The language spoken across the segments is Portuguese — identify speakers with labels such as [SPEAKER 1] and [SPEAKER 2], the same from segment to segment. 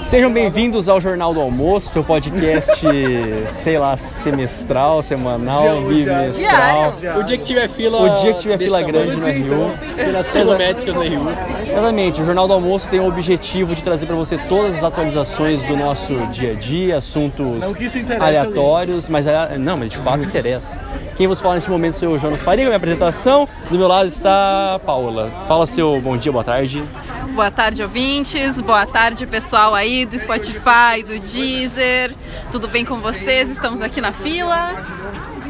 [SPEAKER 1] Sejam bem-vindos ao Jornal do Almoço, seu podcast, sei lá, semestral, semanal, bimestral.
[SPEAKER 2] O dia que tiver fila.
[SPEAKER 1] O dia que tiver fila grande no Rio.
[SPEAKER 2] Filas quilométricas no Rio.
[SPEAKER 1] Exatamente, o Jornal do Almoço tem o objetivo de trazer para você todas as atualizações do nosso dia a dia, assuntos
[SPEAKER 3] Não que isso interessa,
[SPEAKER 1] aleatórios, mas ah, não, mas de fato interessa. Quem vos fala neste momento sou eu, Jonas Faria, minha apresentação. Do meu lado está a Paula. Fala seu bom dia, boa tarde.
[SPEAKER 4] Boa tarde, ouvintes. Boa tarde, pessoal aí do Spotify, do Deezer. Tudo bem com vocês? Estamos aqui na fila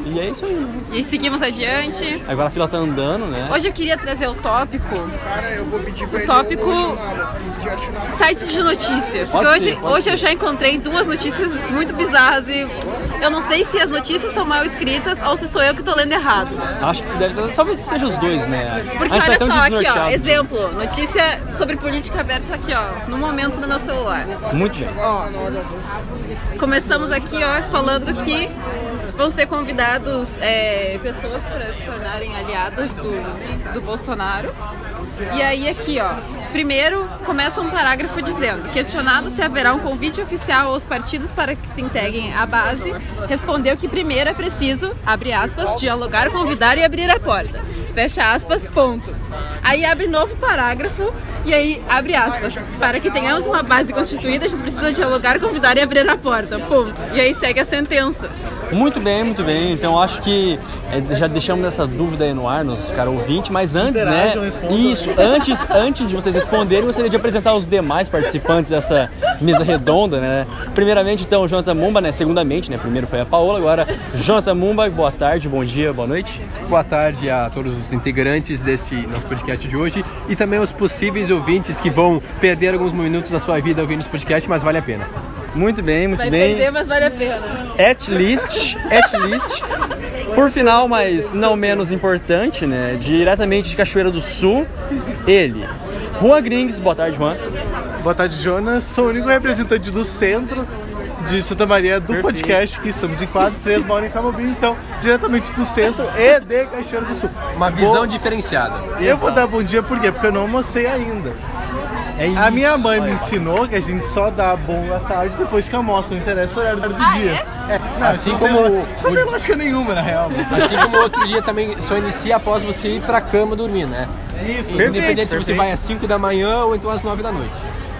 [SPEAKER 1] E é isso aí. né?
[SPEAKER 4] e aí seguimos adiante.
[SPEAKER 1] Agora a fila tá andando, né?
[SPEAKER 4] Hoje eu queria trazer o tópico
[SPEAKER 5] Cara, eu vou pedir pra
[SPEAKER 4] O
[SPEAKER 5] ele
[SPEAKER 4] tópico-
[SPEAKER 5] hoje uma- de assinar-
[SPEAKER 4] sites de notícias.
[SPEAKER 1] Pode
[SPEAKER 4] Porque
[SPEAKER 1] ser,
[SPEAKER 4] hoje,
[SPEAKER 1] pode
[SPEAKER 4] hoje
[SPEAKER 1] ser.
[SPEAKER 4] eu já encontrei duas notícias muito bizarras e eu não sei se as notícias estão mal escritas ou se sou eu que estou lendo errado.
[SPEAKER 1] Acho que se deve. Talvez seja os dois, né?
[SPEAKER 4] Porque
[SPEAKER 1] A gente tá
[SPEAKER 4] olha
[SPEAKER 1] tão
[SPEAKER 4] só aqui, ó,
[SPEAKER 1] desnorteado.
[SPEAKER 4] exemplo, notícia sobre política aberta aqui, ó, no momento no meu celular.
[SPEAKER 1] Muito bem.
[SPEAKER 4] Começamos aqui, ó, falando que vão ser convidados é, pessoas para se tornarem aliadas do, do Bolsonaro. E aí aqui, ó, primeiro começa um parágrafo dizendo: questionado se haverá um convite oficial aos partidos para que se integrem à base, respondeu que primeiro é preciso, abre aspas, dialogar, convidar e abrir a porta. Fecha aspas, ponto. Aí abre novo parágrafo e aí abre aspas. Para que tenhamos uma base constituída, a gente precisa dialogar, convidar e abrir a porta. Ponto. E aí segue a sentença.
[SPEAKER 1] Muito bem, muito bem. Então acho que é, já deixamos essa dúvida aí no ar, nos cara ouvinte, mas antes,
[SPEAKER 3] Interajam,
[SPEAKER 1] né?
[SPEAKER 3] respondam.
[SPEAKER 1] Isso, antes, antes de vocês responderem, eu gostaria de apresentar os demais participantes dessa mesa redonda, né? Primeiramente, então, o Jonathan Mumba, né? Segundamente, né? Primeiro foi a Paola, agora Jonathan Mumba, boa tarde, bom dia, boa noite.
[SPEAKER 6] Boa tarde a todos os integrantes deste nosso podcast de hoje e também aos possíveis ouvintes que vão perder alguns minutos da sua vida ouvindo esse podcast, mas vale a pena.
[SPEAKER 1] Muito bem, muito
[SPEAKER 4] Vai
[SPEAKER 1] bem.
[SPEAKER 4] perder, mas vale a pena.
[SPEAKER 1] At least, at least. Por final, mas não menos importante, né? Diretamente de Cachoeira do Sul, ele. Juan Grings, boa tarde, Juan.
[SPEAKER 3] Boa tarde, Jonas. Sou o único representante do centro de Santa Maria do podcast, que estamos em 4, 3, Mauro em Camobim, então, diretamente do centro e de Cachoeira do Sul.
[SPEAKER 6] Uma visão
[SPEAKER 3] Bom,
[SPEAKER 6] diferenciada.
[SPEAKER 3] Eu vou dar bom dia por quê? Porque eu não almocei ainda.
[SPEAKER 1] É isso.
[SPEAKER 3] A minha mãe me ensinou que a gente só dá boa tarde depois que almoça, não interessa o horário do dia. É? Não,
[SPEAKER 6] Assim
[SPEAKER 3] isso não
[SPEAKER 6] como
[SPEAKER 3] tem-
[SPEAKER 6] o-
[SPEAKER 3] Isso não tem lógica nenhuma, na real. mas-
[SPEAKER 6] Assim como outro dia também só inicia após você ir pra cama dormir, né?
[SPEAKER 3] Isso,
[SPEAKER 6] Independente se você
[SPEAKER 1] perfeito.
[SPEAKER 6] vai às 5 da manhã ou então às 9 da noite.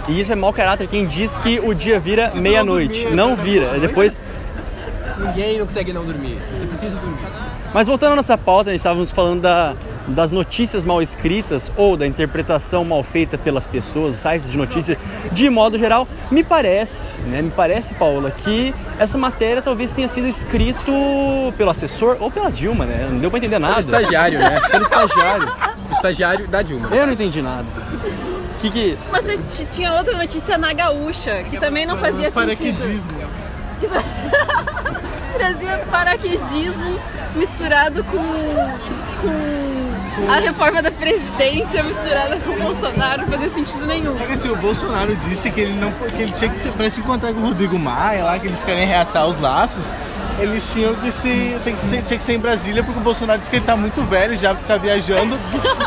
[SPEAKER 1] E isso é mau caráter quem diz que o dia vira
[SPEAKER 3] não
[SPEAKER 1] meia-noite.
[SPEAKER 3] dormir, né?
[SPEAKER 1] Não
[SPEAKER 3] você não
[SPEAKER 1] vira. É
[SPEAKER 3] dormir.
[SPEAKER 1] Depois.
[SPEAKER 6] Ninguém não consegue não dormir. Você precisa dormir.
[SPEAKER 1] Mas voltando à nossa pauta, nós estávamos falando da- das notícias mal escritas ou da interpretação mal feita pelas pessoas, sites de notícias, de modo geral, me parece, né, me parece, Paula, que essa matéria talvez tenha sido escrito pelo assessor ou pela Dilma, né? Não deu pra entender nada.
[SPEAKER 6] Estagiário, né?
[SPEAKER 1] Pelo estagiário.
[SPEAKER 6] Estagiário da Dilma.
[SPEAKER 1] Eu não entendi nada. Que que
[SPEAKER 4] Mas t- tinha outra notícia na gaúcha, que também não fazia sentido.
[SPEAKER 3] paraquedismo.
[SPEAKER 4] Trazia paraquedismo misturado com, com a reforma da Previdência misturada com o Bolsonaro, não fazia sentido nenhum.
[SPEAKER 3] Porque, assim, o Bolsonaro disse que ele não que ele tinha que se, pra se encontrar com o Rodrigo Maia lá, que eles querem reatar os laços, eles tinham que se. Tem que ser, tinha que ser em Brasília, porque o Bolsonaro disse que ele tá muito velho já pra ficar viajando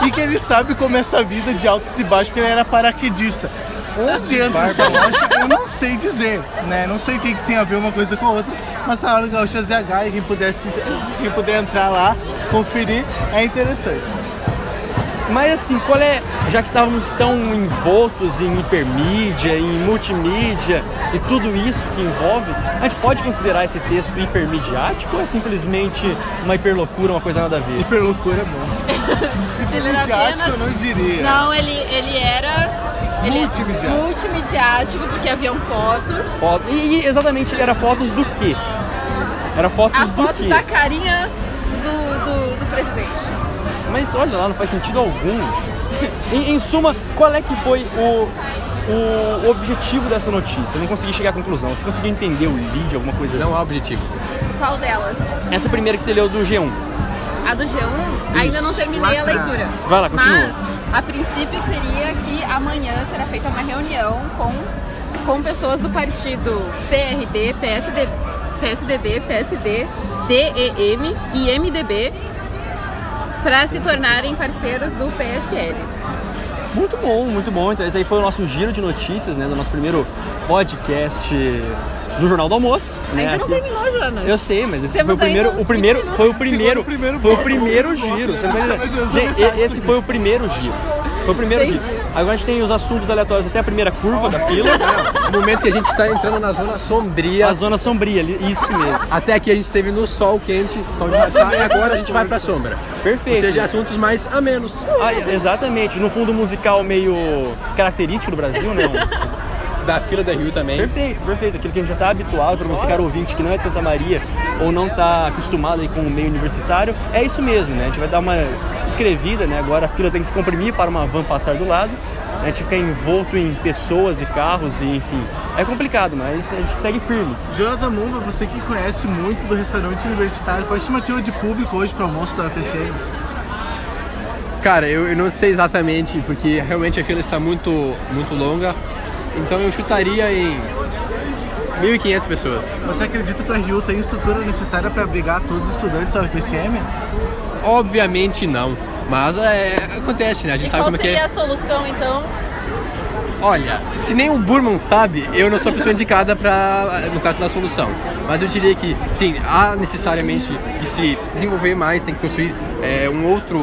[SPEAKER 3] e que ele sabe como é essa vida de altos e baixos, porque ele era paraquedista. Onde entra essa lógica, eu não sei dizer, né? Não sei o que, que tem a ver uma coisa com a outra, mas a hora gaúcha ZH e quem puder, assis- quem puder entrar lá, conferir, é interessante.
[SPEAKER 1] Mas assim, qual é, já que estávamos tão envoltos em hipermídia, em multimídia e tudo isso que envolve, a gente pode considerar esse texto hipermediático ou é simplesmente uma hiperloucura, uma coisa nada a ver?
[SPEAKER 3] Hiperloucura é bom.
[SPEAKER 4] Ele era
[SPEAKER 3] Midiático,
[SPEAKER 4] apenas-
[SPEAKER 3] eu não diria.
[SPEAKER 4] Não, ele, ele era. Ele
[SPEAKER 3] Multimediático.
[SPEAKER 4] multimediático, porque um haviam fotos.
[SPEAKER 1] Foto- E, e exatamente era fotos do quê? Era fotos
[SPEAKER 4] A
[SPEAKER 1] do
[SPEAKER 4] foto
[SPEAKER 1] quê?
[SPEAKER 4] da carinha do, do, do presidente.
[SPEAKER 1] Mas olha lá, não faz sentido algum. Em, em suma, qual é que foi o, o objetivo dessa notícia? Eu não consegui chegar à conclusão. Você conseguiu entender o lead, alguma coisa?
[SPEAKER 6] Não há objetivo.
[SPEAKER 4] Qual delas?
[SPEAKER 1] Essa primeira que você leu do G1.
[SPEAKER 4] A do G1 ainda não terminei a leitura.
[SPEAKER 1] Vai lá, continua.
[SPEAKER 4] Mas a princípio seria que amanhã será feita uma reunião com com pessoas do partido PRB, PSD, PSDB, PSD, DEM e MDB para se tornarem parceiros do PSL.
[SPEAKER 1] Muito bom, muito bom. Então esse aí foi o nosso giro de notícias, né? Do nosso primeiro podcast do Jornal do Almoço. né,
[SPEAKER 4] Ainda não
[SPEAKER 1] aqui.
[SPEAKER 4] terminou, Jonas.
[SPEAKER 1] Eu sei, mas esse
[SPEAKER 4] Temos
[SPEAKER 1] foi o primeiro,
[SPEAKER 4] ainda uns
[SPEAKER 1] o primeiro,
[SPEAKER 4] 20
[SPEAKER 1] foi o primeiro,
[SPEAKER 3] Chegou no primeiro
[SPEAKER 1] foi o
[SPEAKER 3] bloco,
[SPEAKER 1] primeiro
[SPEAKER 3] no bloco,
[SPEAKER 1] giro.
[SPEAKER 3] né?
[SPEAKER 1] Você não vai
[SPEAKER 3] Mas
[SPEAKER 1] entender.
[SPEAKER 3] eu sou
[SPEAKER 1] Gente,
[SPEAKER 3] metade
[SPEAKER 1] e- esse foi o primeiro giro. Foi o primeiro
[SPEAKER 4] Entendi.
[SPEAKER 1] giro. Agora a gente tem os assuntos aleatórios até a primeira curva da fila,
[SPEAKER 6] No momento que a gente está entrando na zona sombria,
[SPEAKER 1] a zona sombria, ali, isso mesmo.
[SPEAKER 6] até aqui a gente esteve no sol quente, sol de rachar, e agora a gente vai pra sombra.
[SPEAKER 1] Perfeito.
[SPEAKER 6] Ou seja, assuntos mais a menos.
[SPEAKER 1] Ah, exatamente, no fundo musical meio característico do Brasil, né? Um-
[SPEAKER 6] Da fila da Rio também.
[SPEAKER 1] Perfeito, perfeito. Aquilo que a gente já está habituado para você, cara ouvinte, que não é de Santa Maria ou não está acostumado aí com o meio universitário. É isso mesmo, né? A gente vai dar uma escrevida, né? Agora a fila tem que se comprimir para uma van passar do lado. A gente fica envolto em pessoas e carros e enfim. É complicado, mas a gente segue firme.
[SPEAKER 3] Jonathan Mumba, você que conhece muito do restaurante universitário, qual a estimativa de público hoje para o almoço da UFSM?
[SPEAKER 6] Cara, eu, eu não sei exatamente, porque realmente a fila está muito, muito longa. Então eu chutaria em 1.500 pessoas.
[SPEAKER 3] Você acredita que a RU tem estrutura necessária para abrigar todos os estudantes da UFSM?
[SPEAKER 6] Obviamente não. Mas é, acontece, né? A gente
[SPEAKER 4] E
[SPEAKER 6] sabe
[SPEAKER 4] qual
[SPEAKER 6] como é que
[SPEAKER 4] seria
[SPEAKER 6] é.
[SPEAKER 4] a solução, então?
[SPEAKER 6] Olha, se nem o Burman sabe, eu não sou a pessoa indicada para, no caso da solução. Mas eu diria que, sim, há necessariamente que se desenvolver mais, tem que construir é, um outro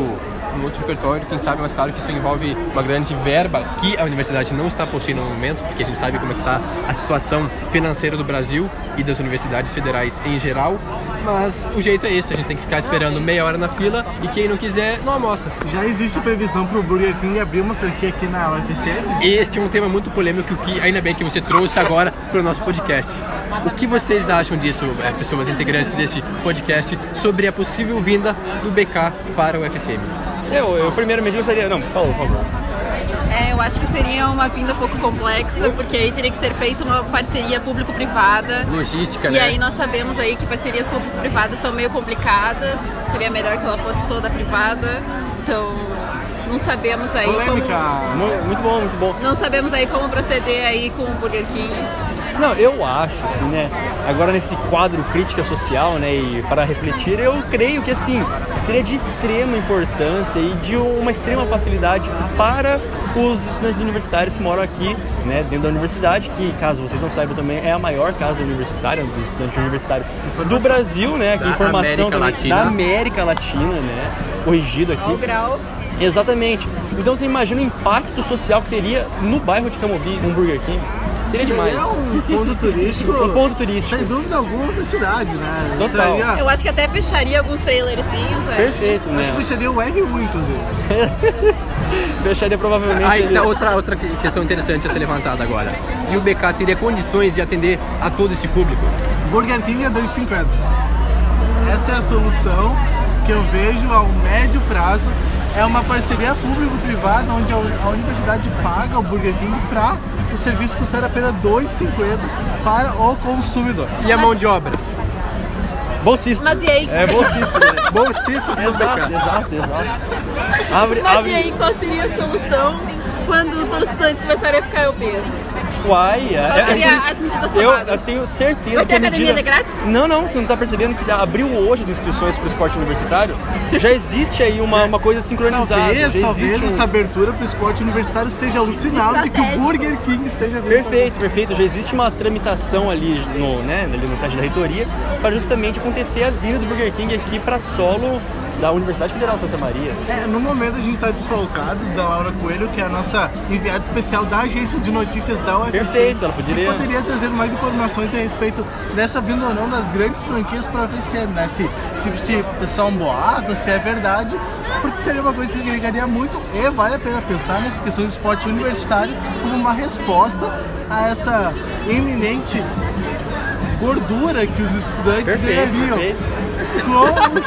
[SPEAKER 6] um outro repertório, quem sabe, mas claro que isso envolve uma grande verba que a universidade não está possuindo no momento, porque a gente sabe como é que está a situação financeira do Brasil e das universidades federais em geral, mas o jeito é esse, a gente tem que ficar esperando meia hora na fila e quem não quiser, não almoça.
[SPEAKER 3] Já existe previsão para o Burger King abrir uma franquia aqui na UFSM?
[SPEAKER 6] Este é um tema muito polêmico que ainda bem que você trouxe agora para o nosso podcast. O que vocês acham disso, eh, pessoas integrantes desse podcast, sobre a possível vinda do BK para o FSM?
[SPEAKER 1] Eu, eu primeiramente gostaria. Não, Paulo, por favor.
[SPEAKER 4] É, eu acho que seria uma vinda um pouco complexa, porque aí teria que ser feita uma parceria público-privada.
[SPEAKER 6] Logística,
[SPEAKER 4] E
[SPEAKER 6] né?
[SPEAKER 4] aí nós sabemos aí que parcerias público-privadas são meio complicadas. Seria melhor que ela fosse toda privada. Então, não sabemos aí como...
[SPEAKER 3] Polêmica!
[SPEAKER 1] Mu- Muito bom, muito bom.
[SPEAKER 4] Não sabemos aí como proceder aí com o Burger King.
[SPEAKER 1] Não, eu acho, assim, né? Agora nesse quadro crítica social, né? E para refletir, eu creio que, assim, seria de extrema importância e de uma extrema facilidade para os estudantes universitários que moram aqui, né? Dentro da universidade, que, caso vocês não saibam também, é a maior casa universitária do estudante universitário do Brasil, né? Que
[SPEAKER 6] Da
[SPEAKER 1] informação
[SPEAKER 6] América
[SPEAKER 1] também,
[SPEAKER 6] Latina.
[SPEAKER 1] da América Latina, né? Corrigido aqui.
[SPEAKER 4] Ao grau.
[SPEAKER 1] Exatamente. Então você imagina o impacto social que teria no bairro de Camobi um Burger King. Seria demais.
[SPEAKER 3] É um ponto turístico.
[SPEAKER 1] Um ponto turístico.
[SPEAKER 3] Sem dúvida alguma pra cidade, né?
[SPEAKER 1] Total.
[SPEAKER 3] Traria-
[SPEAKER 4] Eu acho que até fecharia alguns trailerzinhos. é.
[SPEAKER 1] Perfeito,
[SPEAKER 3] Acho
[SPEAKER 1] né?
[SPEAKER 3] que puxaria o RU, inclusive.
[SPEAKER 1] Deixaria provavelmente.
[SPEAKER 6] Aí que tá
[SPEAKER 1] ele-
[SPEAKER 6] outra, outra que- questão interessante a ser levantada agora. E o BK teria condições de atender a todo esse público?
[SPEAKER 3] Burger King é 2,50. Essa é a solução que eu vejo ao médio prazo. É uma parceria público-privada onde a uni- a universidade paga o Burger King para o serviço custar apenas 2,50 para o consumidor.
[SPEAKER 6] E a mão de obra?
[SPEAKER 1] Bolsista.
[SPEAKER 4] Mas e aí?
[SPEAKER 1] É bolsista, né?
[SPEAKER 6] Bolsistas do
[SPEAKER 1] exato,
[SPEAKER 6] BK.
[SPEAKER 1] exato, exato. Abre,
[SPEAKER 4] Mas
[SPEAKER 1] abre.
[SPEAKER 4] e aí, qual seria a solução quando todos os estudantes começarem a ficar obesos?
[SPEAKER 1] Uai, é.
[SPEAKER 4] Qual seria
[SPEAKER 1] é-
[SPEAKER 4] as medidas
[SPEAKER 1] Eu,
[SPEAKER 4] tomadas?
[SPEAKER 1] eu tenho certeza
[SPEAKER 4] Mas
[SPEAKER 1] que a
[SPEAKER 4] tem academia
[SPEAKER 1] medida...
[SPEAKER 4] de grátis?
[SPEAKER 1] Não, não, você não tá percebendo que abriu hoje as inscrições para o esporte universitário? Já existe aí uma, uma coisa sincronizada.
[SPEAKER 3] Talvez,
[SPEAKER 1] já
[SPEAKER 3] talvez
[SPEAKER 1] existe um-
[SPEAKER 3] essa abertura para o esporte universitário seja um sinal de que o
[SPEAKER 4] Estratégico.
[SPEAKER 3] Burger King esteja vindo.
[SPEAKER 1] Perfeito, perfeito. Já existe uma tramitação ali no, né, ali no prédio da reitoria para justamente acontecer a vinda do Burger King aqui para solo da Universidade Federal de Santa Maria.
[SPEAKER 3] É, no momento a gente está desfalcado da Laura Coelho, que é a nossa enviada especial da agência de notícias da UFC.
[SPEAKER 1] Perfeito, ela poderia-
[SPEAKER 3] E poderia trazer mais informações a respeito dessa vinda ou não das grandes franquias para a UFSM, né? Se, se, se é só um boato, se é verdade, porque seria uma coisa que agregaria muito e vale a pena pensar nessa questão do esporte universitário como uma resposta a essa iminente gordura que os estudantes
[SPEAKER 1] Perfeito,
[SPEAKER 3] deveriam.
[SPEAKER 1] perfeito.
[SPEAKER 3] Com os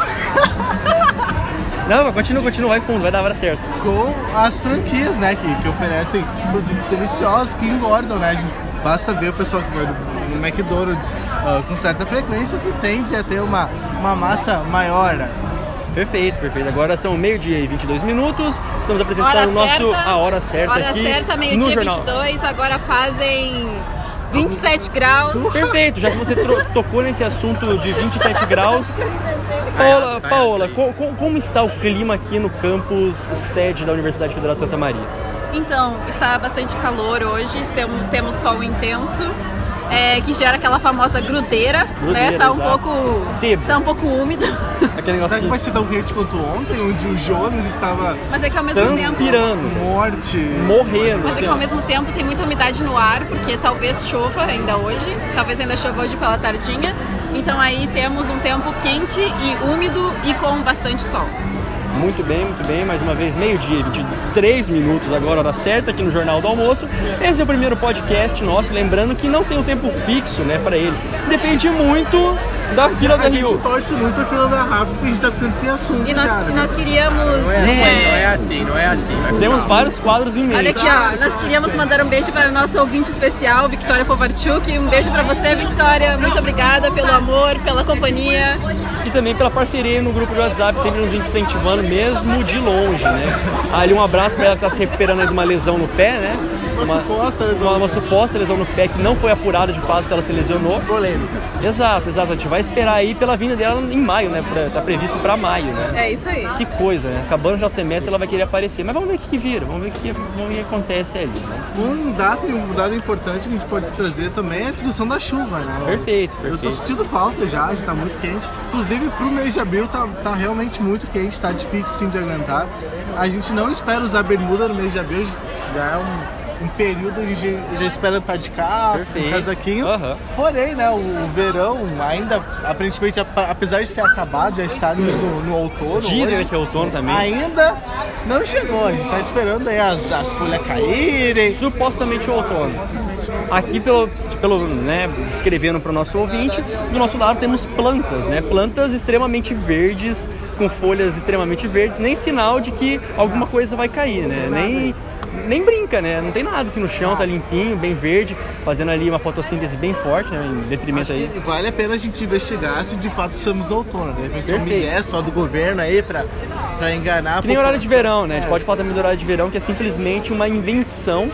[SPEAKER 1] Não, mas continua, continua, vai fundo, vai dar a hora certa.
[SPEAKER 3] com as franquias, né? Que, que oferecem produtos deliciosos que engordam, né? gente? Basta ver o pessoal que vai no no McDonald's ah, com certa frequência que tende a ter uma, uma massa maior. né?
[SPEAKER 1] Perfeito, perfeito. Agora são meio-dia e 22 minutos. Estamos apresentando Então, o nosso A Hora Certa
[SPEAKER 4] hora
[SPEAKER 1] aqui
[SPEAKER 4] certa,
[SPEAKER 1] no
[SPEAKER 4] meio-dia
[SPEAKER 1] jornal.
[SPEAKER 4] 22, agora fazem 27 graus.
[SPEAKER 1] Perfeito, já que você tro- tocou nesse assunto de 27 graus. Paola,
[SPEAKER 6] errado, tá
[SPEAKER 1] Paola
[SPEAKER 6] errado isso
[SPEAKER 1] co- co- como está o clima aqui no campus sede da Universidade Federal de Santa Maria?
[SPEAKER 4] Então, está bastante calor hoje, temos, temos sol intenso, é, que gera aquela famosa grudeira, né?
[SPEAKER 1] Grudeira,
[SPEAKER 4] Tá um
[SPEAKER 1] exato.
[SPEAKER 4] pouco.
[SPEAKER 1] Sebo.
[SPEAKER 4] Tá um pouco úmido.
[SPEAKER 1] Aquele
[SPEAKER 3] Será que
[SPEAKER 1] negocinho
[SPEAKER 3] vai ser tão quente quanto ontem, onde o Jonas estava
[SPEAKER 4] Mas é que ao mesmo tempo.
[SPEAKER 1] transpirando,
[SPEAKER 3] morte?
[SPEAKER 1] morrendo.
[SPEAKER 4] Mas é
[SPEAKER 1] Assim,
[SPEAKER 4] que ao
[SPEAKER 1] ó.
[SPEAKER 4] mesmo tempo tem muita umidade no ar, porque talvez chova ainda hoje, talvez ainda chova hoje pela tardinha. Então aí temos um tempo quente e úmido e com bastante sol.
[SPEAKER 1] Muito bem, muito bem. Mais uma vez, meio-dia, e 23 minutos agora, hora certa, aqui no Jornal do Almoço. Esse é o primeiro podcast nosso, lembrando que não tem um tempo fixo, né, pra ele. Depende muito da fila da
[SPEAKER 3] A gente
[SPEAKER 1] Rio.
[SPEAKER 3] torce muito pra que ela andar rápido, porque a gente tá ficando sem assunto,
[SPEAKER 4] E nós,
[SPEAKER 3] cara.
[SPEAKER 4] e nós queríamos.
[SPEAKER 6] Não é assim,
[SPEAKER 4] é,
[SPEAKER 6] não é assim, não é assim. Vai com
[SPEAKER 1] Temos
[SPEAKER 6] calma.
[SPEAKER 1] vários quadros em
[SPEAKER 4] Olha
[SPEAKER 1] meio.
[SPEAKER 4] aqui, ó. Nós queríamos mandar um beijo para a nossa ouvinte especial, Victoria Povarchuk. Um beijo para você, Victoria. Muito obrigada pelo amor, pela companhia.
[SPEAKER 1] E também pela parceria no grupo de WhatsApp, sempre nos incentivando, mesmo de longe, né? Ali um abraço pra ela que tá se recuperando aí de uma lesão no pé, né?
[SPEAKER 3] Uma suposta lesão.
[SPEAKER 1] uma- uma suposta lesão no pé que não foi apurada de fato se ela se lesionou.
[SPEAKER 3] Polêmica.
[SPEAKER 1] Exato, exato. A gente vai esperar aí pela vinda dela em maio, né? Pra- tá previsto pra maio, né?
[SPEAKER 4] É isso aí.
[SPEAKER 1] Que coisa, né? Acabando já o semestre, ela vai querer aparecer. Mas vamos ver o que, que vira, vamos ver o que, vamos ver o que acontece ali, né?
[SPEAKER 3] Um dado, um dado importante que a gente pode trazer também é a discussão da chuva, né?
[SPEAKER 1] Perfeito,
[SPEAKER 3] Eu tô
[SPEAKER 1] perfeito.
[SPEAKER 3] sentindo falta já, já tá muito quente. Inclusive pro mês de abril tá, tá realmente muito quente, tá difícil sim de aguentar. A gente não espera usar bermuda no mês de abril, já é um, um período em que já- já espera estar de casa, com
[SPEAKER 1] Perfeito.
[SPEAKER 3] casaquinho.
[SPEAKER 1] Aham.
[SPEAKER 3] Porém, né, o verão ainda, aparentemente, apa- apesar de ser acabado, já estarmos no, no outono.
[SPEAKER 1] Dizem
[SPEAKER 3] hoje,
[SPEAKER 1] né, que é outono também.
[SPEAKER 3] Ainda não chegou, a gente tá esperando aí as, as folhas caírem.
[SPEAKER 1] supostamente o outono. Aqui, pelo, pelo né, descrevendo para o nosso ouvinte, do nosso lado temos plantas, né? Plantas extremamente verdes, com folhas extremamente verdes, nem sinal de que alguma coisa vai cair, né? Nem, nem brinca, né? Não tem nada assim no chão, tá limpinho, bem verde, fazendo ali uma fotossíntese bem forte, né? Em detrimento aí.
[SPEAKER 3] E Vale a pena a gente investigar se de fato estamos no outono, né? A gente
[SPEAKER 1] Perfeito.
[SPEAKER 3] não é só do governo aí pra, pra enganar. a
[SPEAKER 1] Que nem horário de
[SPEAKER 3] população.
[SPEAKER 1] verão, né? A gente pode falar também do horário de verão, que é simplesmente uma invenção,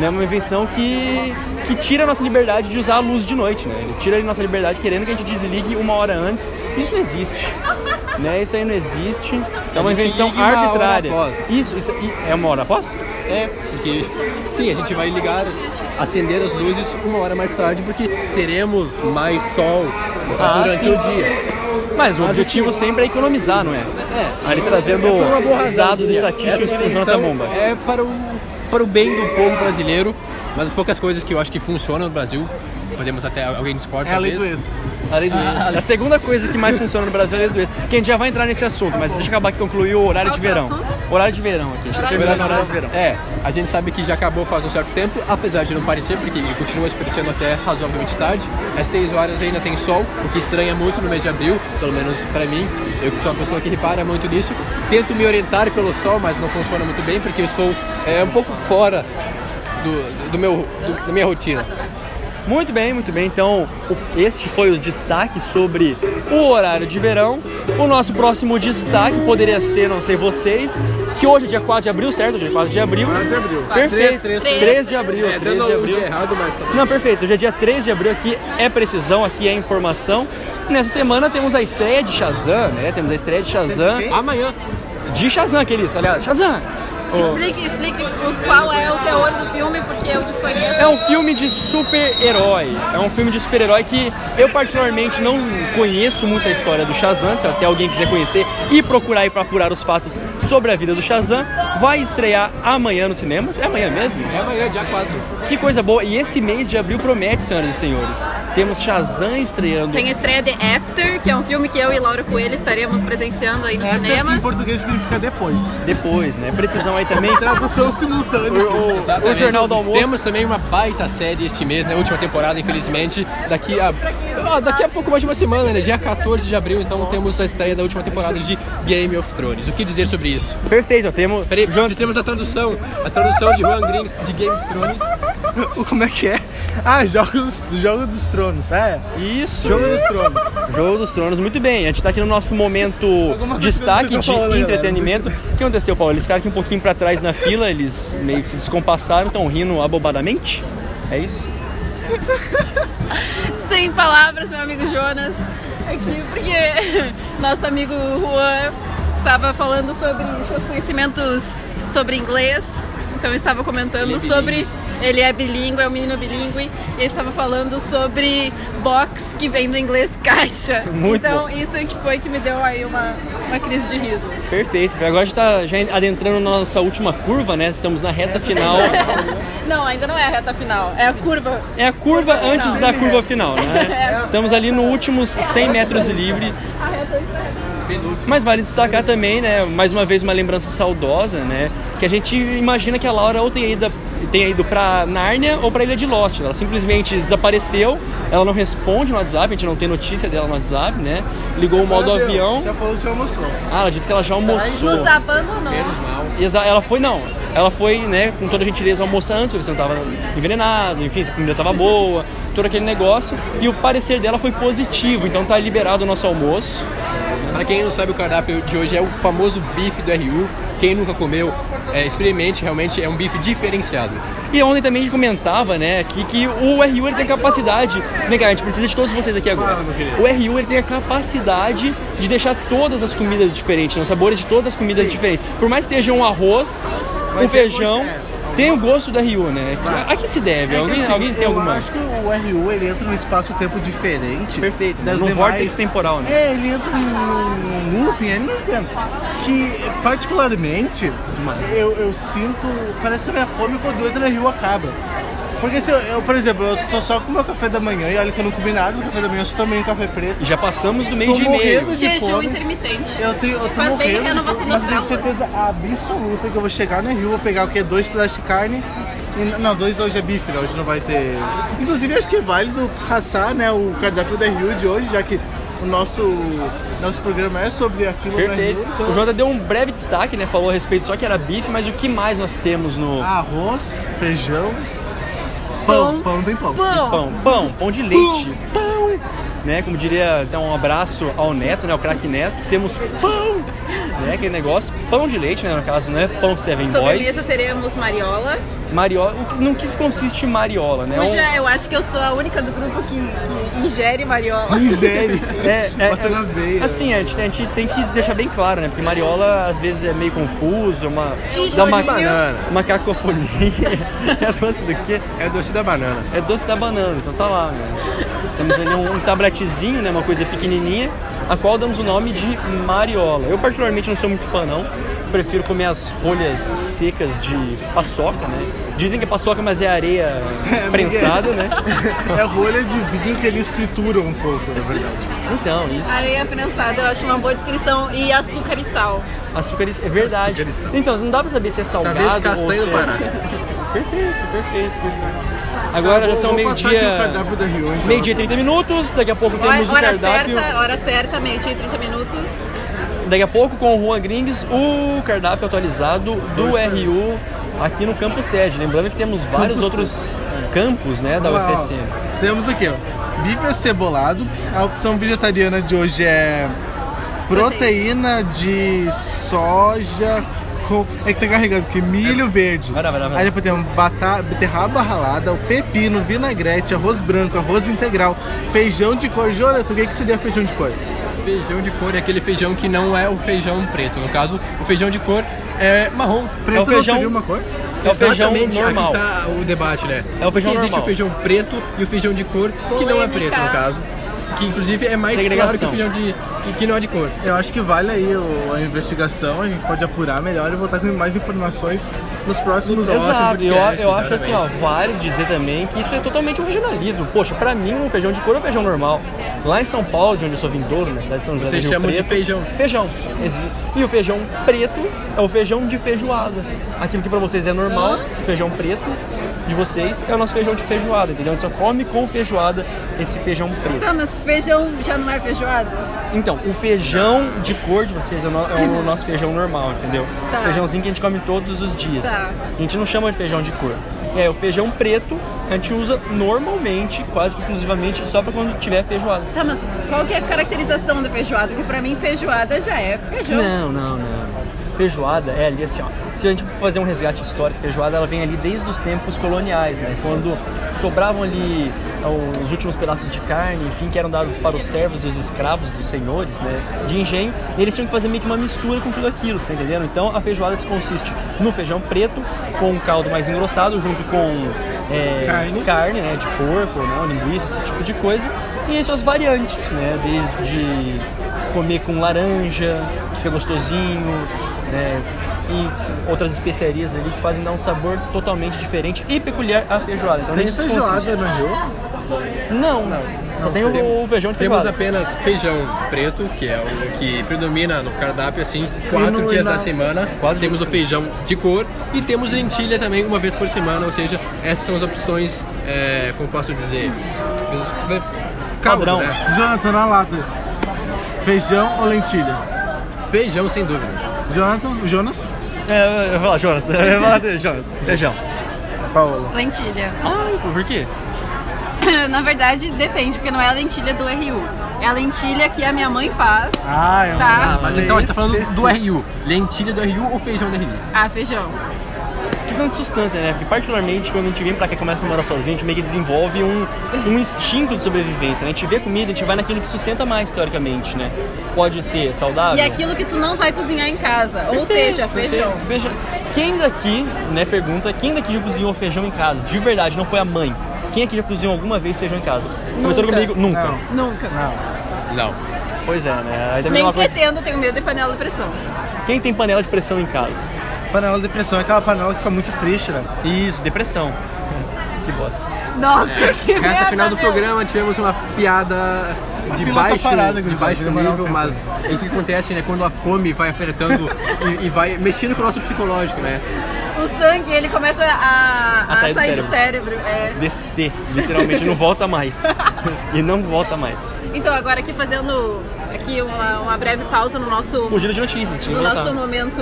[SPEAKER 1] né? Uma invenção que, que tira a nossa liberdade de usar a luz de noite, né? Ele tira a nossa liberdade querendo que a gente desligue uma hora antes. Isso não existe. Né? Isso aí não existe. É uma
[SPEAKER 6] A gente
[SPEAKER 1] invenção
[SPEAKER 6] liga uma hora
[SPEAKER 1] arbitrária.
[SPEAKER 6] após.
[SPEAKER 1] Isso, isso e- é uma hora após?
[SPEAKER 6] É, porque sim, a gente vai ligar, acender as luzes uma hora mais tarde, porque teremos mais sol
[SPEAKER 1] Ah,
[SPEAKER 6] durante
[SPEAKER 1] sim.
[SPEAKER 6] o dia.
[SPEAKER 1] Mas o objetivo sempre é economizar, não é?
[SPEAKER 6] É.
[SPEAKER 1] Ali trazendo
[SPEAKER 6] Por uma boa
[SPEAKER 1] os
[SPEAKER 6] razão,
[SPEAKER 1] dados
[SPEAKER 6] eu diria.
[SPEAKER 1] estatísticos
[SPEAKER 6] Essa
[SPEAKER 1] com o Jonathan
[SPEAKER 6] eleição
[SPEAKER 1] Bomba.
[SPEAKER 6] É para o, para o bem do povo brasileiro, uma das poucas coisas que eu acho que funciona no Brasil. Podemos até alguém discorda
[SPEAKER 3] É a lei
[SPEAKER 6] talvez.
[SPEAKER 3] do ex.
[SPEAKER 1] A lei do ex. A segunda coisa que mais funciona no Brasil é a lei do ex. Que a gente já vai entrar nesse assunto, mas deixa eu acabar que concluir o horário
[SPEAKER 4] Qual
[SPEAKER 1] de
[SPEAKER 4] que é o
[SPEAKER 1] verão.
[SPEAKER 4] assunto?
[SPEAKER 1] Horário de verão aqui. A gente tá
[SPEAKER 4] Horário de
[SPEAKER 1] terminando o horário de verão.
[SPEAKER 6] É, a gente sabe que já acabou faz um certo tempo, apesar de não parecer, porque ele continua escurecendo até razoavelmente tarde. Às 6 horas ainda tem sol, o que estranha muito no mês de abril, pelo menos pra mim. Eu que sou uma pessoa que repara muito nisso. Tento me orientar pelo sol, mas não funciona muito bem, porque eu estou é, um pouco fora do, do meu, do- da minha rotina.
[SPEAKER 1] Muito bem, muito bem. Então, o- este foi o destaque sobre o horário de verão. O nosso próximo destaque poderia ser, não sei vocês, que hoje é dia 4 de abril, certo? Dia 4 de abril. 4 de abril. Perfeito. 3,
[SPEAKER 3] Três, três,
[SPEAKER 1] 3 de abril.
[SPEAKER 6] É,
[SPEAKER 1] 3
[SPEAKER 6] dando
[SPEAKER 1] de
[SPEAKER 6] um
[SPEAKER 1] abril.
[SPEAKER 6] dia errado, mas tá
[SPEAKER 1] Não, perfeito. Hoje é dia 3 de abril, aqui é precisão, aqui é informação. Nessa semana temos a estreia de Shazam, né? Temos a estreia de Shazam.
[SPEAKER 6] bom. Amanhã.
[SPEAKER 1] De Shazam, aqueles, aliás. Shazam!
[SPEAKER 4] Explique, explique o- qual é o teor do filme, porque eu desconheço.
[SPEAKER 1] É um filme de super-herói. É um filme de super-herói que eu particularmente não conheço muito a história do Shazam. Se até alguém quiser conhecer e procurar e pra apurar os fatos sobre a vida do Shazam, vai estrear amanhã nos cinemas. É amanhã mesmo? É.
[SPEAKER 6] É amanhã, dia 4.
[SPEAKER 1] Que coisa boa! E esse mês de abril promete, senhoras e senhores. Temos Shazam estreando.
[SPEAKER 4] Tem a estreia de After, que é um filme que eu e Laura Coelho estaremos presenciando aí nos
[SPEAKER 3] Essa é em
[SPEAKER 4] cinemas.
[SPEAKER 3] português significa depois.
[SPEAKER 1] depois, né? Precisão aí também.
[SPEAKER 3] Tradução simultânea.
[SPEAKER 1] O Jornal do Almoço.
[SPEAKER 6] Temos também uma baita série este mês, né? Última temporada, infelizmente. Daqui a, ah, daqui a pouco mais de uma semana, né? Dia 14 de abril, então temos a estreia da última temporada de Game of Thrones. O que dizer sobre isso?
[SPEAKER 1] Perfeito, ó, temos.
[SPEAKER 6] Peraí, João, temos a tradução. A tradução de Juan Grings de Game of Thrones.
[SPEAKER 3] O- Como é que é? Ah, Jogo dos, Jogo dos Tronos. É,
[SPEAKER 1] Isso!
[SPEAKER 3] Jogo dos Tronos.
[SPEAKER 1] Jogo dos Tronos, muito bem. A gente tá aqui no nosso momento
[SPEAKER 3] coisa
[SPEAKER 1] destaque
[SPEAKER 3] que
[SPEAKER 1] de
[SPEAKER 3] você não falou, né,
[SPEAKER 1] entretenimento. O que aconteceu, Paulo? Eles ficaram aqui um pouquinho pra trás na fila, eles meio que se descompassaram, estão rindo abobadamente. É isso?
[SPEAKER 4] Sem palavras, meu amigo Jonas. Aqui, Porque nosso amigo Juan estava falando sobre seus conhecimentos sobre inglês. Falcão estava comentando
[SPEAKER 6] Ele é
[SPEAKER 4] sobre. Ele é bilíngue, é um menino bilíngue. E ele estava falando sobre box que vem do inglês caixa.
[SPEAKER 1] Muito
[SPEAKER 4] então,
[SPEAKER 1] bom.
[SPEAKER 4] isso que foi que me deu aí uma, uma crise de riso.
[SPEAKER 1] Perfeito. Agora a gente tá já adentrando na nossa última curva, né? Estamos na reta final.
[SPEAKER 4] Não, ainda não é a reta final, é a curva.
[SPEAKER 1] É a curva antes da curva final, né? Estamos ali no últimos 100 metros de livre. Mas vale destacar também, né, mais uma vez uma lembrança saudosa, né, que a gente imagina que a Laura ou tenha ido, tenha ido pra Nárnia ou pra Ilha de Lost. Ela simplesmente desapareceu, ela não responde no WhatsApp, a gente não tem notícia dela no WhatsApp, né, ligou o modo
[SPEAKER 3] Agora deu,
[SPEAKER 1] avião.
[SPEAKER 3] Já falou de almoçou.
[SPEAKER 1] Ah, ela disse que ela já almoçou.
[SPEAKER 4] Nos abandonou.
[SPEAKER 1] Exa- Ela foi, não. Ela foi, né, com toda a gentileza almoçar antes, porque você não tava envenenado, enfim, se a comida tava boa, todo aquele negócio. E o parecer dela foi positivo, então tá liberado o nosso almoço.
[SPEAKER 6] Pra quem não sabe, o cardápio de hoje é o famoso bife do RU. Quem nunca comeu, é, experimente, realmente é um bife diferenciado.
[SPEAKER 1] E ontem também a gente comentava, né, aqui que o RU ele tem capacidade. Vem cá, a gente precisa de todos vocês aqui agora.
[SPEAKER 3] Fala, meu querido.
[SPEAKER 1] O RU ele tem a capacidade de deixar todas as comidas diferentes, né, os sabores de todas as comidas diferentes. Por mais que esteja um arroz,
[SPEAKER 3] Vai
[SPEAKER 1] um
[SPEAKER 3] ter
[SPEAKER 1] feijão,
[SPEAKER 3] gosto, é,
[SPEAKER 1] tem o gosto do RU, né?
[SPEAKER 3] Vai.
[SPEAKER 1] A que se deve?
[SPEAKER 3] É que
[SPEAKER 1] alguém,
[SPEAKER 3] assim,
[SPEAKER 1] alguém tem
[SPEAKER 3] eu
[SPEAKER 1] alguma?
[SPEAKER 3] acho que o RU ele entra num espaço-tempo diferente.
[SPEAKER 1] Perfeito,
[SPEAKER 3] das
[SPEAKER 1] num
[SPEAKER 3] demais-
[SPEAKER 1] vórtice temporal, né?
[SPEAKER 3] É, ele entra num num looping, ele não entendo. Que, particularmente, eu, eu sinto. Parece que a minha fome quando entra no RU acaba. Porque se eu, eu, por exemplo, eu tô só com o meu café da manhã e olha que eu não comi nada no café da manhã, eu só tomei um café preto.
[SPEAKER 1] E já passamos do mês
[SPEAKER 3] Tô
[SPEAKER 1] de
[SPEAKER 3] morrendo
[SPEAKER 1] meio.
[SPEAKER 3] de
[SPEAKER 4] Jejum
[SPEAKER 3] fome.
[SPEAKER 4] intermitente.
[SPEAKER 3] Eu tenho, eu tô
[SPEAKER 4] Faz bem
[SPEAKER 3] morrendo,
[SPEAKER 4] que renovação
[SPEAKER 3] mas eu tenho
[SPEAKER 4] das células.
[SPEAKER 3] certeza absoluta que eu vou chegar no Rio, vou pegar o quê? Dois pedaços de carne. E, não, dois hoje é bife, né? Hoje não vai ter. Inclusive acho que é válido caçar né, o cardápio da Rio de hoje, já que o nosso, nosso programa é sobre aquilo da
[SPEAKER 1] Perfeito.
[SPEAKER 3] Rio. então,
[SPEAKER 1] O Jota deu um breve destaque, né? Falou a respeito só que era bife, mas o que mais nós temos no
[SPEAKER 4] Ah.
[SPEAKER 3] Arroz, feijão, pão, pão tem pão.
[SPEAKER 1] pão? Pão, pão de leite, pão, né? Como diria, então um abraço ao Neto, né? O craque Neto. Temos pão, né? Aquele negócio, pão de leite, né? No caso, não é pão Seven
[SPEAKER 4] Sobremesa
[SPEAKER 1] Boys.
[SPEAKER 4] teremos mariola.
[SPEAKER 1] Mariola, o que- no que se consiste mariola, né?
[SPEAKER 4] Hoje é-
[SPEAKER 1] Um-
[SPEAKER 4] eu acho que eu sou a única do grupo que, que ingere mariola.
[SPEAKER 3] Ingere.
[SPEAKER 1] É, é,
[SPEAKER 3] Bota na veia.
[SPEAKER 1] Assim, a gente, a gente tem que deixar bem claro, né? Porque mariola às vezes é meio confuso, é uma,
[SPEAKER 4] Tijolinho.
[SPEAKER 1] dá uma,
[SPEAKER 6] Banana.
[SPEAKER 1] uma cacofonia. é doce do quê?
[SPEAKER 6] É doce da banana.
[SPEAKER 1] É doce da banana, então tá lá, né? Temos ali um, um tabletezinho, né? Uma coisa pequenininha, a qual damos o nome de mariola. Eu particularmente não sou muito fã, não. Prefiro comer as folhas secas de paçoca, né? Dizem que é paçoca, mas é areia prensada, né?
[SPEAKER 3] É rolha de vinho que eles trituram um pouco, na verdade.
[SPEAKER 1] Então, isso.
[SPEAKER 4] Areia prensada, eu acho uma boa descrição. E açúcar e sal.
[SPEAKER 1] Açúcar e- é verdade.
[SPEAKER 6] Açúcar e sal.
[SPEAKER 1] Então, não dá pra saber se é salgado
[SPEAKER 6] Talvez
[SPEAKER 1] ou
[SPEAKER 6] castanha
[SPEAKER 1] se
[SPEAKER 6] do
[SPEAKER 1] é...
[SPEAKER 6] Pará.
[SPEAKER 1] Perfeito, perfeito, perfeito. Agora já
[SPEAKER 3] Eu vou-
[SPEAKER 1] são
[SPEAKER 3] vou passar aqui o
[SPEAKER 1] meio-dia.
[SPEAKER 3] cardápio da Rio, então.
[SPEAKER 1] Meio-dia e 30 minutos, daqui a pouco temos o
[SPEAKER 4] hora
[SPEAKER 1] cardápio.
[SPEAKER 4] certa, hora certa, meio-dia e 30 minutos.
[SPEAKER 1] Daqui a pouco com o Juan Gringues, o cardápio atualizado do RU aqui no campus sede. Lembrando que temos vários outros campos né, da
[SPEAKER 3] Ó,
[SPEAKER 1] UFSM.
[SPEAKER 3] Temos aqui, ó. Bife cebolado. A opção vegetariana de hoje é proteína de soja. com- É que tá carregando aqui, milho verde.
[SPEAKER 1] É. Vai lá, vai lá, vai lá.
[SPEAKER 3] Aí depois tem um bata... beterraba ralada, o pepino, vinagrete, arroz branco, arroz integral, feijão de cor. Jonathan, o que, que seria feijão de cor?
[SPEAKER 1] um
[SPEAKER 6] Feijão de cor é aquele feijão que não é o feijão preto. No caso, o feijão de cor é marrom.
[SPEAKER 1] É o feijão-
[SPEAKER 3] não seria uma cor?
[SPEAKER 1] É o feijão
[SPEAKER 6] Exatamente,
[SPEAKER 1] normal.
[SPEAKER 6] Aqui tá o debate, né?
[SPEAKER 1] É o feijão
[SPEAKER 6] Porque Existe
[SPEAKER 1] normal.
[SPEAKER 6] o feijão preto e o feijão de cor, que não é
[SPEAKER 4] Polêmica.
[SPEAKER 6] preto, no caso. Que inclusive é mais claro que
[SPEAKER 1] Segregação.
[SPEAKER 6] o feijão de. que- que não é de cor.
[SPEAKER 3] Eu acho que vale aí o- a investigação, a gente pode apurar melhor e voltar com mais informações nos próximos
[SPEAKER 6] Exato.
[SPEAKER 3] áudios.
[SPEAKER 1] Exato, eu,
[SPEAKER 6] podcast,
[SPEAKER 1] eu acho assim, ó,
[SPEAKER 6] exatamente.
[SPEAKER 1] vale dizer também que isso é totalmente um regionalismo. Poxa, pra mim um feijão de cor é um feijão normal. Lá em São Paulo, de onde eu sou vindouro, na cidade de São José
[SPEAKER 6] Vocês
[SPEAKER 1] do Rio
[SPEAKER 6] chamam de
[SPEAKER 1] Preto,
[SPEAKER 6] feijão.
[SPEAKER 1] Feijão. Esse- E o feijão preto é o feijão de feijoada. Aquilo que pra vocês é normal, o feijão preto de vocês é o nosso feijão de feijoada, entendeu? A gente só come com feijoada esse feijão preto.
[SPEAKER 4] Tá, mas feijão já não é feijoada?
[SPEAKER 1] Então, o feijão de cor de vocês é o, no- é o nosso feijão normal, entendeu?
[SPEAKER 4] Tá.
[SPEAKER 1] Feijãozinho que a gente come todos os dias.
[SPEAKER 4] Tá.
[SPEAKER 1] A gente não chama de feijão de cor. É, o feijão preto a gente usa normalmente, quase que exclusivamente, só pra quando tiver feijoada.
[SPEAKER 4] Tá, mas qual que é a caracterização do feijoada? Porque pra mim feijoada já é feijão.
[SPEAKER 1] Não, não, não. Feijoada é ali assim, ó. Se a gente for fazer um resgate histórico, feijoada ela vem ali desde os tempos coloniais, né? Quando sobravam ali os últimos pedaços de carne, enfim, que eram dados para os servos dos escravos, dos senhores, né, de engenho, e eles tinham que fazer meio que uma mistura com tudo aquilo, você tá entendendo? Então a feijoada consiste no feijão preto, com um caldo mais engrossado, junto com é, carne, né, de porco, né, linguiça, esse tipo de coisa, e suas variantes, né, desde comer com laranja, que fica gostosinho, né, e outras especiarias ali que fazem dar um sabor totalmente diferente e peculiar à feijoada. Então,
[SPEAKER 7] Tem
[SPEAKER 1] nisso consiste.
[SPEAKER 3] né,
[SPEAKER 7] feijoada no Rio?
[SPEAKER 1] Não, não. Só tem o, o feijão de
[SPEAKER 6] Temos
[SPEAKER 1] feijoada.
[SPEAKER 6] apenas feijão preto, que é o que predomina no cardápio, assim, quatro
[SPEAKER 7] no-
[SPEAKER 6] dias
[SPEAKER 7] na-
[SPEAKER 6] da semana. temos o feijão de cor e temos lentilha também uma vez por semana, ou seja, essas são as opções, é, como posso dizer, caldo,
[SPEAKER 1] Padrão.
[SPEAKER 6] né?
[SPEAKER 7] Jonathan, na lata. Feijão ou lentilha?
[SPEAKER 6] Feijão, sem dúvidas.
[SPEAKER 7] Jonathan, Jonas?
[SPEAKER 1] É, eu vou falar, Jonas. Eu vou falar dele, Jonas. Feijão.
[SPEAKER 7] Paola.
[SPEAKER 4] Lentilha.
[SPEAKER 1] Ai, por quê?
[SPEAKER 4] Na verdade, depende, porque não é a lentilha do RU. É a lentilha que a minha mãe faz.
[SPEAKER 7] Ah, eu
[SPEAKER 4] Tá.
[SPEAKER 6] Mas então a gente tá falando do RU, lentilha do RU ou feijão do RU?
[SPEAKER 4] Ah, feijão.
[SPEAKER 1] Questão de substância, né? Porque particularmente quando a gente vem pra cá e começa a morar sozinho, a gente meio que desenvolve um, um instinto de sobrevivência, né? A gente vê comida, a gente vai naquilo que sustenta mais, teoricamente, né? Pode ser saudável.
[SPEAKER 4] E aquilo que tu não vai cozinhar em casa. Ou
[SPEAKER 1] Perfeito,
[SPEAKER 4] seja, feijão.
[SPEAKER 1] perfeito. Feijão. Quem daqui, né, pergunta, quem daqui já cozinhou feijão em casa? De verdade, não foi a mãe. Quem aqui já cozinhou alguma vez feijão em casa? Começando
[SPEAKER 4] Nunca.
[SPEAKER 1] comigo? Nunca.
[SPEAKER 4] Nunca.
[SPEAKER 6] Não.
[SPEAKER 1] Pois é, né? Aí também
[SPEAKER 4] Nem
[SPEAKER 1] é uma coisa.
[SPEAKER 4] pretendo, tenho medo de panela de pressão.
[SPEAKER 1] Quem tem panela de pressão em casa?
[SPEAKER 7] Panela de pressão é aquela panela que fica muito triste, né?
[SPEAKER 1] Isso, depressão. que bosta.
[SPEAKER 4] Nossa,
[SPEAKER 1] É.
[SPEAKER 4] que merda,
[SPEAKER 6] Reta final do
[SPEAKER 4] meu.
[SPEAKER 6] programa, tivemos uma piada de
[SPEAKER 7] fila tá
[SPEAKER 6] baixo,
[SPEAKER 7] parada,
[SPEAKER 6] de
[SPEAKER 7] gurizada,
[SPEAKER 6] baixo
[SPEAKER 7] vai demorar um
[SPEAKER 6] nível,
[SPEAKER 7] tempo.
[SPEAKER 6] mas é isso que acontece, né? Quando a fome vai apertando e, e vai mexendo com o nosso psicológico, né?
[SPEAKER 4] O sangue, ele começa a,
[SPEAKER 1] A sair do
[SPEAKER 4] cérebro. é.
[SPEAKER 1] Descer, literalmente, não volta mais. e não volta mais.
[SPEAKER 4] Então, agora aqui fazendo aqui uma, uma breve pausa no nosso,
[SPEAKER 1] O giro de notícias, tinha
[SPEAKER 4] no
[SPEAKER 1] que
[SPEAKER 4] nosso
[SPEAKER 1] voltar.
[SPEAKER 4] momento...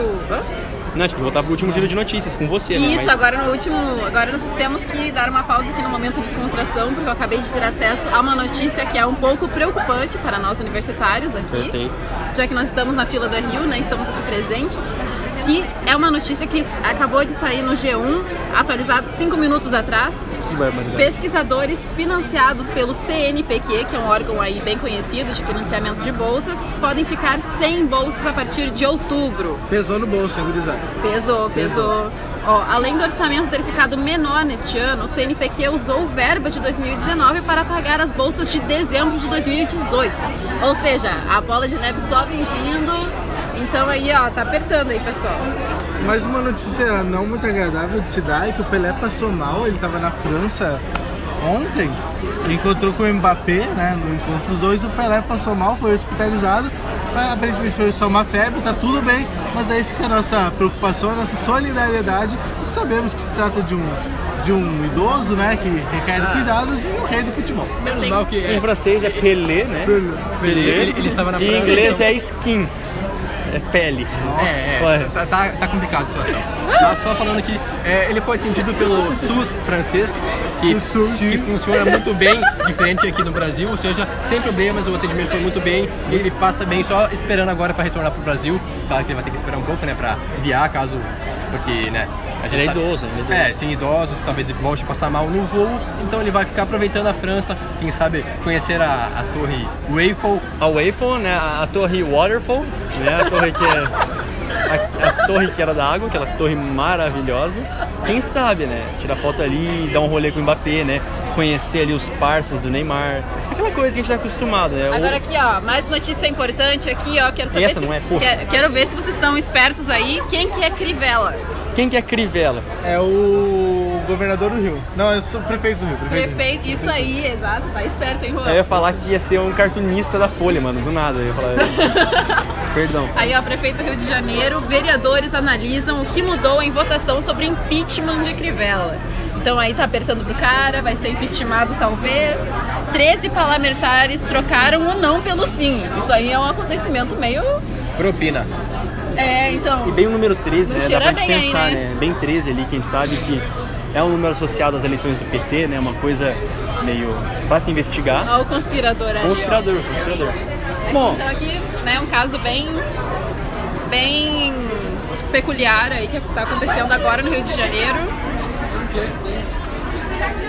[SPEAKER 1] Não, tinha que voltar pro último giro de notícias com você, né?
[SPEAKER 4] Isso,
[SPEAKER 1] Mas-
[SPEAKER 4] agora no último. Agora nós temos que dar uma pausa aqui no momento de descontração, porque eu acabei de ter acesso a uma notícia que é um pouco preocupante para nós universitários aqui.
[SPEAKER 1] Perfeito.
[SPEAKER 4] Já que nós estamos na fila do Rio, né? Estamos aqui presentes. Que é uma notícia que acabou de sair no G1, atualizado cinco minutos atrás.
[SPEAKER 1] Que barbaridade.
[SPEAKER 4] Pesquisadores financiados pelo CNPq, que é um órgão aí bem conhecido de financiamento de bolsas, podem ficar sem bolsas a partir de outubro.
[SPEAKER 7] Pesou no bolso, hein, gurizada?
[SPEAKER 4] Pesou, pesou. Ó, além do orçamento ter ficado menor neste ano, o CNPq usou verba de 2019 para pagar as bolsas de dezembro de 2018. Ou seja, a bola de neve só vem vindo. Então aí, ó, tá apertando aí, pessoal.
[SPEAKER 7] Mas uma notícia não muito agradável de se dar é que o Pelé passou mal, ele estava na França ontem, encontrou com o Mbappé, né, no encontro dos dois, o Pelé passou mal, foi hospitalizado, ah, aparentemente foi só uma febre, tá tudo bem, mas aí fica a nossa preocupação, a nossa solidariedade, porque sabemos que se trata de um, de um idoso, né, que requer
[SPEAKER 4] Ah.
[SPEAKER 7] cuidados e um rei do futebol.
[SPEAKER 6] Menos mal que
[SPEAKER 1] Em
[SPEAKER 6] é,
[SPEAKER 1] francês é Pelé, né?
[SPEAKER 6] ele, ele- ele estava na
[SPEAKER 1] Em
[SPEAKER 6] França. um-
[SPEAKER 1] inglês é skin. É pele.
[SPEAKER 6] É, é,
[SPEAKER 1] Ué.
[SPEAKER 6] tá, tá, tá complicada a situação. Mas só falando que é, ele foi atendido pelo SUS francês, que, que funciona muito bem, diferente aqui no Brasil, ou seja, sem problemas, o atendimento foi muito bem, e ele passa bem, só esperando agora para retornar pro Brasil. Claro que ele vai ter que esperar um pouco, né, para enviar, caso. Porque, né. A
[SPEAKER 1] Ele é idoso, ele é idoso.
[SPEAKER 6] É, sem idosos, talvez ele volte a passar mal no voo, então ele vai ficar aproveitando a França, quem sabe conhecer a, a torre Eiffel,
[SPEAKER 1] A Waffle, né? A, a torre Waterfall, né? A torre que é. A, a torre que era da água, aquela torre maravilhosa. Quem sabe, né? Tirar foto ali, dar um rolê com o Mbappé, né? Conhecer ali os parças do Neymar. Aquela coisa que a gente tá acostumado, né? O-
[SPEAKER 4] Agora aqui, ó, mais notícia importante aqui, ó. Quero saber
[SPEAKER 1] Essa
[SPEAKER 4] se,
[SPEAKER 1] não é, porra.
[SPEAKER 4] quero, quero ver se vocês estão espertos aí. Quem que é Crivella?
[SPEAKER 1] Quem que é Crivella?
[SPEAKER 7] É o governador do Rio, não, é o prefeito do Rio, prefeito. do Rio.
[SPEAKER 4] Prefeito. Isso aí, exato, tá esperto, hein, Juan?
[SPEAKER 1] Aí eu ia falar que ia ser um cartunista da Folha, mano, do nada. Eu ia falar. Perdão.
[SPEAKER 4] Aí, ó, prefeito do Rio de Janeiro, vereadores analisam o que mudou em votação sobre impeachment de Crivella. Então aí tá apertando pro cara, vai ser impeachmentado talvez. 13 parlamentares trocaram o não pelo sim. Isso aí é um acontecimento meio.
[SPEAKER 6] propina.
[SPEAKER 4] É, então.
[SPEAKER 1] E bem o número 13,
[SPEAKER 4] Não
[SPEAKER 1] né? Dá
[SPEAKER 4] cheira
[SPEAKER 1] pra gente
[SPEAKER 4] bem aí,
[SPEAKER 1] pensar,
[SPEAKER 4] né?
[SPEAKER 1] né? Bem 13 ali, quem sabe que é um número associado às eleições do PT, né? Uma coisa meio pra se investigar.
[SPEAKER 4] Ó, o conspirador ali. ó.
[SPEAKER 1] Conspirador, conspirador.
[SPEAKER 4] Aqui,
[SPEAKER 1] Bom,
[SPEAKER 4] Então aqui, né, um caso bem. bem peculiar aí que tá acontecendo agora no Rio de Janeiro.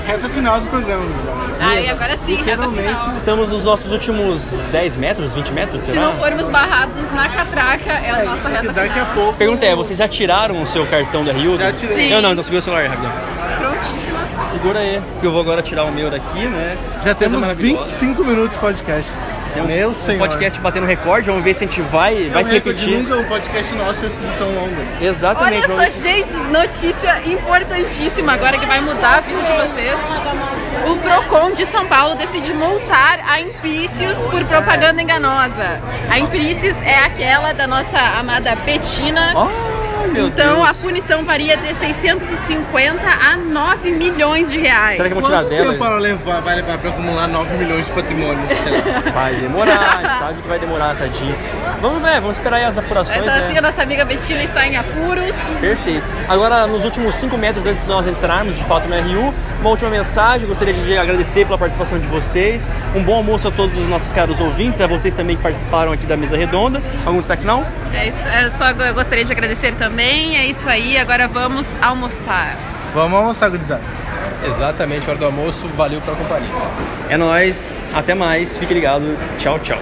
[SPEAKER 7] Reta final do programa, gurizada.
[SPEAKER 4] Aí agora sim, reta final.
[SPEAKER 1] Estamos nos nossos últimos 10 metros, 20 metros,
[SPEAKER 4] Se
[SPEAKER 1] será?
[SPEAKER 4] não formos barrados na catraca, é a nossa
[SPEAKER 3] Porque
[SPEAKER 4] reta
[SPEAKER 3] daqui a
[SPEAKER 4] final.
[SPEAKER 3] pouco.
[SPEAKER 1] Pergunta é, vocês já tiraram o seu cartão da Rio?
[SPEAKER 3] Já tirei.
[SPEAKER 4] Sim.
[SPEAKER 1] Eu não, então segura o celular rapidão.
[SPEAKER 4] Prontíssima.
[SPEAKER 1] Segura aí, que eu vou agora tirar o meu daqui, né?
[SPEAKER 3] Já
[SPEAKER 1] Coisa
[SPEAKER 3] temos
[SPEAKER 1] maravilhosa.
[SPEAKER 3] 25 minutos de podcast.
[SPEAKER 1] É um-
[SPEAKER 3] Meu
[SPEAKER 1] um
[SPEAKER 3] senhor.
[SPEAKER 1] podcast batendo recorde, vamos ver se a gente vai, vai
[SPEAKER 3] É um
[SPEAKER 1] se
[SPEAKER 3] recorde,
[SPEAKER 1] repetir.
[SPEAKER 3] Nunca um podcast nosso tinha sido tão longo.
[SPEAKER 1] Exatamente.
[SPEAKER 4] Olha
[SPEAKER 1] vamos
[SPEAKER 4] só,
[SPEAKER 1] ver se-
[SPEAKER 4] gente, notícia importantíssima agora que vai mudar a vida de vocês. O Procon de São Paulo decide multar a Implícios por propaganda enganosa. A Implícios é aquela da nossa amada Betina.
[SPEAKER 1] Ai, Oh, meu
[SPEAKER 4] então
[SPEAKER 1] Deus.
[SPEAKER 4] a punição varia de 650 a 9 milhões de reais.
[SPEAKER 1] Será que é eu vou tirar
[SPEAKER 3] Quanto
[SPEAKER 1] dela?
[SPEAKER 3] tempo ela levar, vai levar pra acumular 9 milhões de patrimônios? sei lá?
[SPEAKER 1] Vai demorar, a gente sabe que vai demorar, tadinho. Vamos ver, vamos esperar aí as apurações,
[SPEAKER 4] Então assim,
[SPEAKER 1] né?
[SPEAKER 4] a nossa amiga Betina está em apuros.
[SPEAKER 1] Perfeito. Agora, nos últimos 5 metros antes de nós entrarmos de fato na RU, uma última mensagem. Gostaria de agradecer pela participação de vocês. Um bom almoço a todos os nossos caros ouvintes, a vocês também que participaram aqui da mesa redonda. Algum destaque não?
[SPEAKER 4] É isso, é só eu gostaria de agradecer também. É isso aí, agora vamos almoçar.
[SPEAKER 3] Vamos almoçar, gurizada.
[SPEAKER 6] Exatamente, hora do almoço, valeu pela companhia.
[SPEAKER 1] É nóis, até mais, fique ligado. Tchau, tchau.